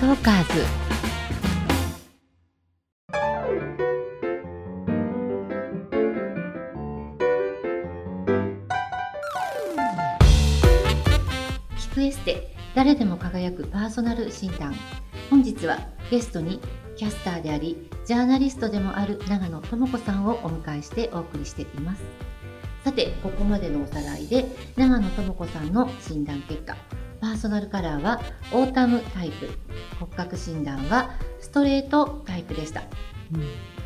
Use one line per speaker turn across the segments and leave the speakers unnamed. トーカーズ聞くエステ誰でも輝くパーソナル診断本日はゲストにキャスターでありジャーナリストでもある長野智子さんをお迎えしてお送りしていますさてここまでのおさらいで長野智子さんの診断結果パーソナルカラーはオータムタイプ骨格診断はストレートタイプでした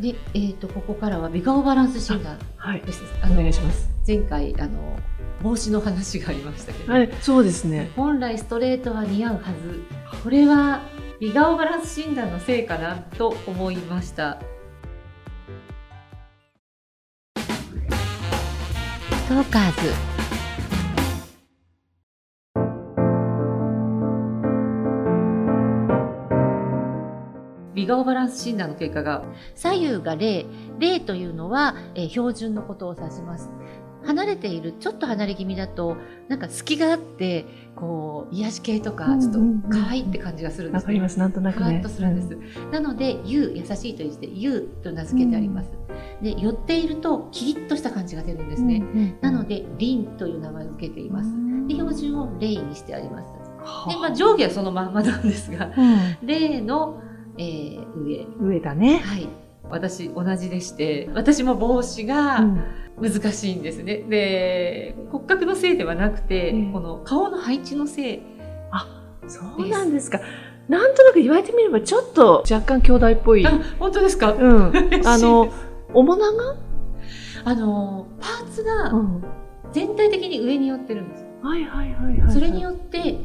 で、えー、とここからは美顔バランス診断
はい。
です
お
あの
願いします。
前回あの帽子の話がありましたけど、
はい、そうですね。
本来ストレートは似合うはずこれは美顔バランス診断のせいかなと思いましたトーカーズ美顔バランス診断の結果が左右が0、0というのは、えー標準のことを指します離れているちょっと離れ気味だとなんか隙があってこう癒し系とかちょっと可愛いって感じがするんで
わ
す
か
ね
ります。なんとな
ふ
く
わ
ね。
っとするんです。なので、優、優しいという字で、優と名付けてあります。で、寄っていると、キリッとした感じが出るんですね。なの
で、
で、凛という名前を付けています。で、標準を例にしてあります。で、まあ、
は
上下はそのまんまなんですが、
あ
例の、えー上。
うん上だね。
はい。私、同じでして、私も帽子
う
が
ん
難しいんですね。で、骨格のせいではなくて、
うん
この顔の配置のせい。
そうなんですか。なんとなく言われてみれば、ちょっと若干兄弟っぽい。
あ、本当ですか、
うん。
嬉しいです
あの、おもなが
あの、パーツが、
うん。
全体的に上に寄ってるんです、
はいはいはいはい。
それに
っ
よって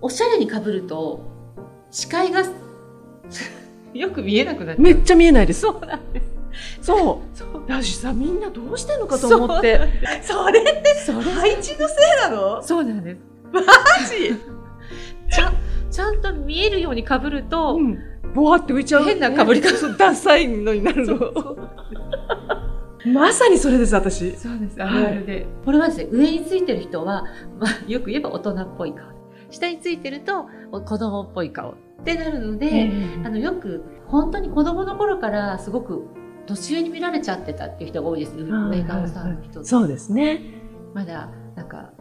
おしゃれにかぶると視界が よく見えなくなっちゃう
めっちゃ見えないです。
そうなんです
そ
そう
う。私さ、みんなどうしてんのかと思って。
それって配置のせいなのそうなんですマジちゃんちゃんと見えるようにかぶると、
うん。ぼわって浮いちゃう。
変な被り方
そうダサいのになる
そう
の。まさにそれです、私。
そうですあるあるで、これはですね上についてる人は、まあ、よく言えば大人っぽい顔下についてるとお子供っぽい顔ってなるので、あのよく本当に子供の頃からすごく年上に見られちゃってたっていう人が多いです。上顔さんの人って
そうですね。
まだなんか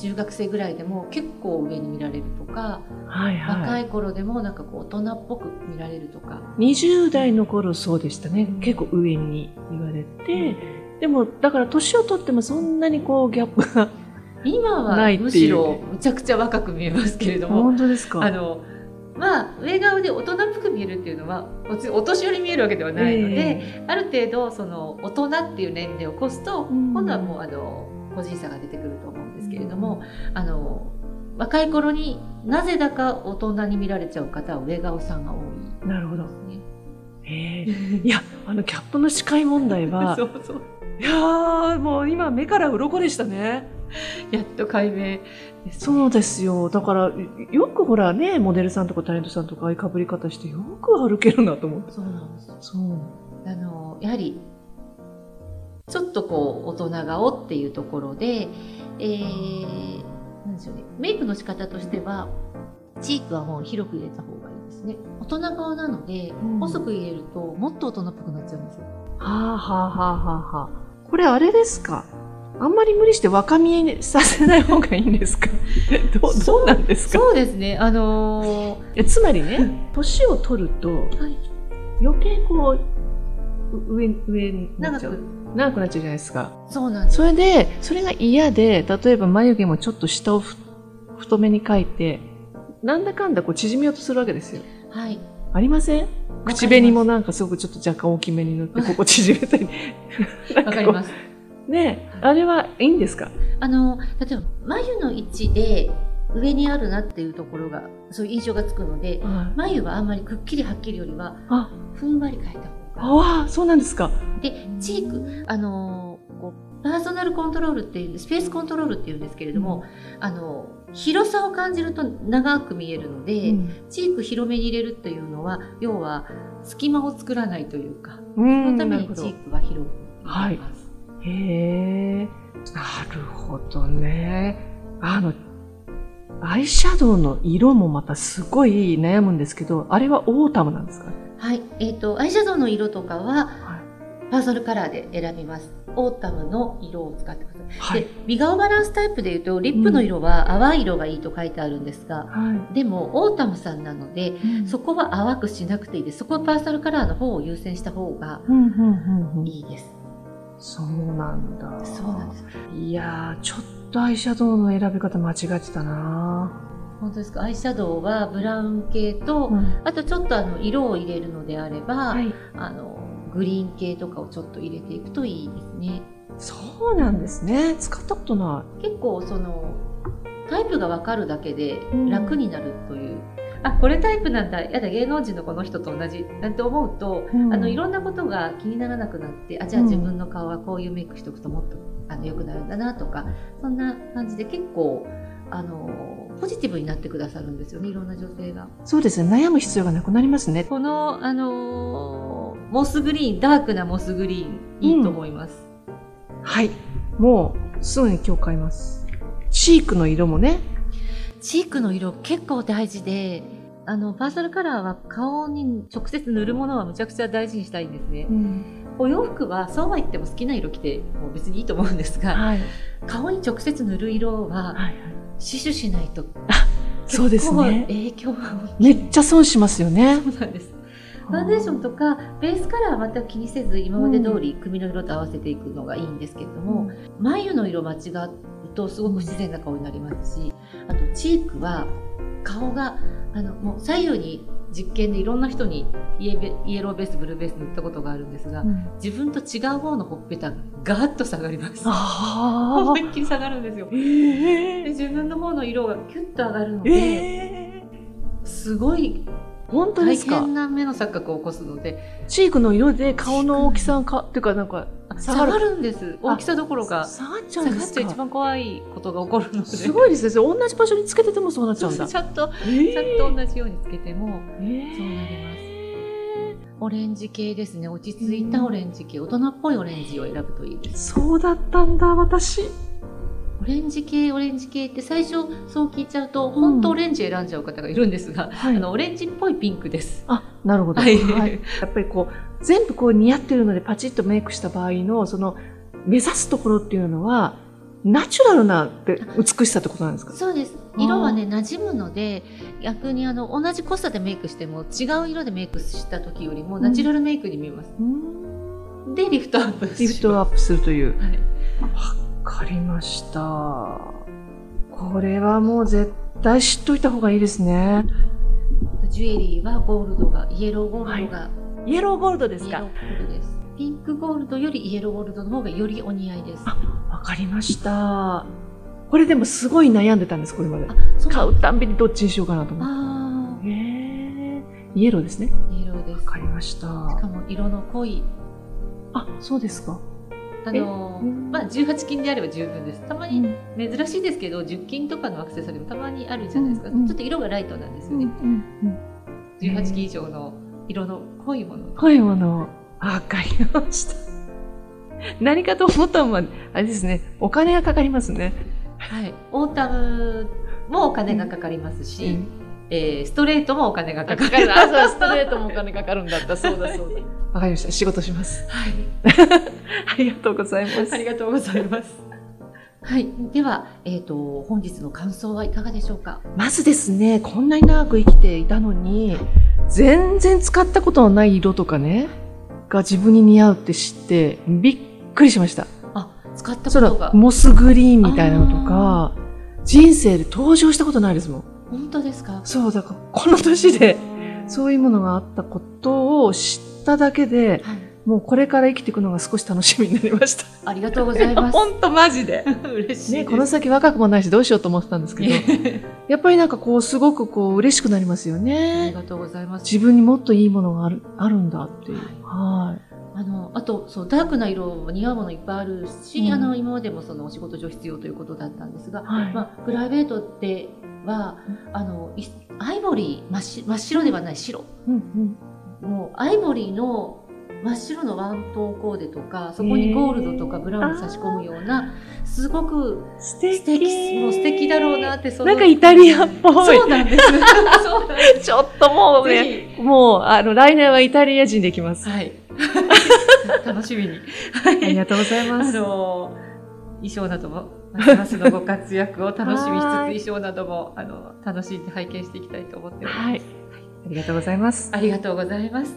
中学生ぐらいでも結構上に見られるとか、
はいは
若
い。
い頃でもなんかこう大人っぽく見られるとか。
20代の頃そうでしたね
うん。
結構上に言われて。でも、だから年を取ってもそんなにこうギャップ が。
今
な
はい
っていう
むしろむちゃくちゃ若く見えますけれども、
当です
あの、まあ、上顔で大人っぽく見えるっていうのは、別にお年寄りに見えるわけではないので、
え
ある程度その大人っていう年齢を越すと、
ん
今度はもうあの個人差が出てくると思うんですけれども、あの若い頃になぜだか大人に見られちゃう方は上顔さんが多
えなるほど。
いで
ええ
すね。
いや、あの、キャップの視界問題 は、
そうそう
いやー、もう今目から鱗でしたね。
やっと解明ですね
そうですよ。だから、よくほらね、モデルさんとかタレントさんとかああいう被り方してよく歩けるなと思って。
そうなんですよ
そう。
あのやはりちょっとこう大人顔っていうところで、えー、なんでしょうねメイクの仕方としてはチークはもう広く入れた方がいいですね大人顔なので、
うん
細く入れるともっと大人っぽくなっちゃうんですよ
はあはあはあはあはあ。これあれですかあんまり無理して若見えさせない方がいいんですか どうどうなんですか
そうですねあの
いやつまりね、年を取ると
はい、
余計こう、う上、上にな
長
っちゃう。
く
長くなっちゃうじゃないですか。
そうなんです
それで、それが嫌で、例えば眉毛もちょっと下をふ太めに描いて、なんだかんだこう縮めようとするわけですよ。
はい
ありません
ます
口紅もなんかすごくちょっと若干大きめに塗って、ここ縮めたり。。
わかりますす
ねえあれはいいんですか
あの例えば眉の位置で上にあるなっていうところがそういう印象がつくので
あ
眉はあんまりくっきりはっきりよりは
あ
ふんわり変えた方が
あ、そうなんですか。
でチークあのこうパーソナルコントロールっていうスペースコントロールっていうんですけれども、あの広さを感じると長く見えるので、チーク広めに入れるというのは要は隙間を作らないというか
うん
そのため
なる
に
ほ
チ
どへ
ークは広く入れます、
え。なるほどね。あの、アイシャドウの色もまたすごい悩むんですけど、あれはオータムなんですか
はい、えっ、とアイシャドウの色とかは
は
パーソルカラーで選びます。オータムの色を使ってください。
い。はい
で。美顔バランスタイプでいうとリップの色は淡い色がいいと書いてあるんですが、
は
でもオータムさんなので
い。
そこは淡くしなくていいですそこはパーソルカラーの方を優先した方が
うんうんうんうん。
いいです
そうなんだ。。
そうなんですす
いやー、ちょっとアイシャドウの選び方間違えてたな
本当ですかアイシャドウはブラウン系と、
うん
あとちょっとあの色を入れるのであれば、
はい。
あのグリーン系とかをちょっと入れていくといいですね
そうなんですね。使ったことな
結構そのタイプが分かるだけで
うん
楽になるという、あこれタイプなんだやだ芸能人のこの人と同じなんて思うと、
い。うん
あのいろんなことが気にならなくなってあじゃあ
うん
自分の顔はこういうメイクしとくともっとあの良くなるんだなとかそんな感じで結構あのポジティブになってくださるんですよねいろんな女性が。
そうですね。悩む必要がなくなりますね。
この、あのーモスグリーンダークなモスグリーンいいと思います。
はい。もう、すぐに今日買います。チークの色もね。
チークの色結構大事であのパーソルカラーは顔に直接塗るものはむちゃくちゃ大事にしたいんですね。お洋服はそうは言っても好きな色着てもう別にいいと思うんですが
はい。
顔に直接塗る色は
はい。
死守しないと
そうです
結構
ね。
影響が大き
め
い
っちゃ損しますよね。
そうなんですファンデーションとかベースカラーは全く気にせず今まで通り首の色と合わせていくのがいいんですけれども、眉の色間違うとすごく自然な顔になりますしあとチークは顔があのもう左右に実験でいろんな人にイエベイエローベースブルーベース塗ったことがあるんですが、
うん
自分と違う方のほっぺたがガーッと下がります
あ
思いっきり下がるんですよ
あ。え
で自分の方の色がキュッと上がるの
え
で、
え
すごい
本当で
大
すか
変な目の錯覚を起こすので
チークの色で顔の大きさか、っていうかなんか、
あ
下
下
が
が
る
るんです大きさどころか
下がっち
下
ゃうん
が
で
っ
す
ちゃ一
か
番怖いことが起こるのです
ごいですね。それ同じ場所につけててもそうなっちゃうんだ。
ちゃんと
えー
ちゃんと同じようにつけても
えー
そうなりますオレンジ系ですね落ち着いたオレンジ系大人っぽいオレンジを選ぶといいです
そうだったんだ、私。
オレンジ系オレンジ系って最初そう聞いちゃうと本当オレンジ選んじゃう方がいるんですが、
は
あのオレンジっぽいピンクです
あ、なるほど。
はい
やっぱりこう、全部こう似合ってるのでパチッとメイクした場合の、その、目指すところっていうのは、ナチュラルなって美しさってことなんですか
そうです
あー
色はね馴染むので逆にあの同じ濃さでメイクしても違う色でメイクした時よりも
ん
ナチュラルメイクに見えます、
うーん
でリフトアップします
リフトアップするという。
はい
わかりました。これはもう絶対知っといた方がいいですね。
ジュエリーはゴールドがイエローゴールドが、
イエローゴールドで
イエローゴールドですピンクゴールドよりイエローゴールドの方がよりお似合いです
あわかりました。これでもすごい悩んでたんです、これまで。
そう
買うたんびにどっちにしようかなと思っ
あ
て。へえ。イエローですね。
ーイエローで
わ
す
かりました。
しかも色の濃い
あ、そうですか。
あの
え
ーまあ18金であれば十分ですたまに珍しいですけど10金とかのアクセサリーもたまにあるじゃないですか、
うんうん
ちょっと色がライトなんですよ
うんう
ね、
ん
18金以上の色の濃いもの
濃いものを。わかりました。何かと思ったのは、あれですね、お金がかかりますね。
はいオータムもお金がかかりますし、えーストレートもお金がかかる
あそうだストレートもお金かかるんだった。そうだそうだ。わかりました。仕事します。
はい
ありがとうございます。
ありがとうございます。はい、では、えっ、と、本日の感想はいかがでしょうか。
まずですね、こんなに長く生きていたのに、全然使ったことのない色とかね、が自分に似合うって知って、びっくりしました。
あ、使ったこ
そ
と
の
が。
モスグリーンみたいなのとか、人生で登場したことないですもん。
本当ですか。
そう、だからこの年で、そういうものがあったことを知っただけで、
はい、
もうこれから生きていくのが少し楽しみになりました。
ありがとうございます。
ほんとマジで。
嬉しい
ね、この先若くもないしどうしようと思ってたんですけど、やっぱりなんかこう、すごくこう、嬉しくなりますよ
あり
ね。
がとうございます。
自分にもっといいものがある、あるんだっていう。は
あの、あと、そう、ダークな色も似合うものいっぱいあるし、
うん
あの、今までもそのお仕事上必要ということだったんですが。
い。はい。
まあ、プライベートっては、あの、いアイボリー、真っ白真っ白ではない白。
うんうん。
もうアイボリーの真っ白のワントーンコーデとかそこにゴールドとかブラウンを差し込むようなすごく素
素
敵もう素敵だろうなってその
なんかイタリアっぽい
そうなん ですそうなんで
ちょっともう
す
ね、
ぜ
もう、あの、来年はイタリア人できま
ひ
す。
はい楽しみに
ありがとうござい
あ
ます。
の衣装などもますますのご活躍を楽しみ
は
に
い
しつつ衣装などもあの楽しんで拝見していきたいと思っております、
はい。ありがとうございます。
ありがとうございます。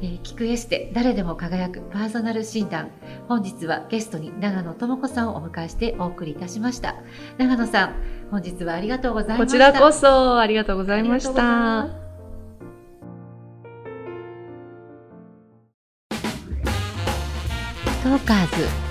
えー、聞くエステ誰でも輝くパーソナル診断本日はゲストに長野智子さんをお迎えしてお送りいたしました長野さん本日はありがとうござい
こ
ました
ちらこそ、ありがとうござ
あ
い
り
ま
がとう
し
ございま
た
す。トーカーズ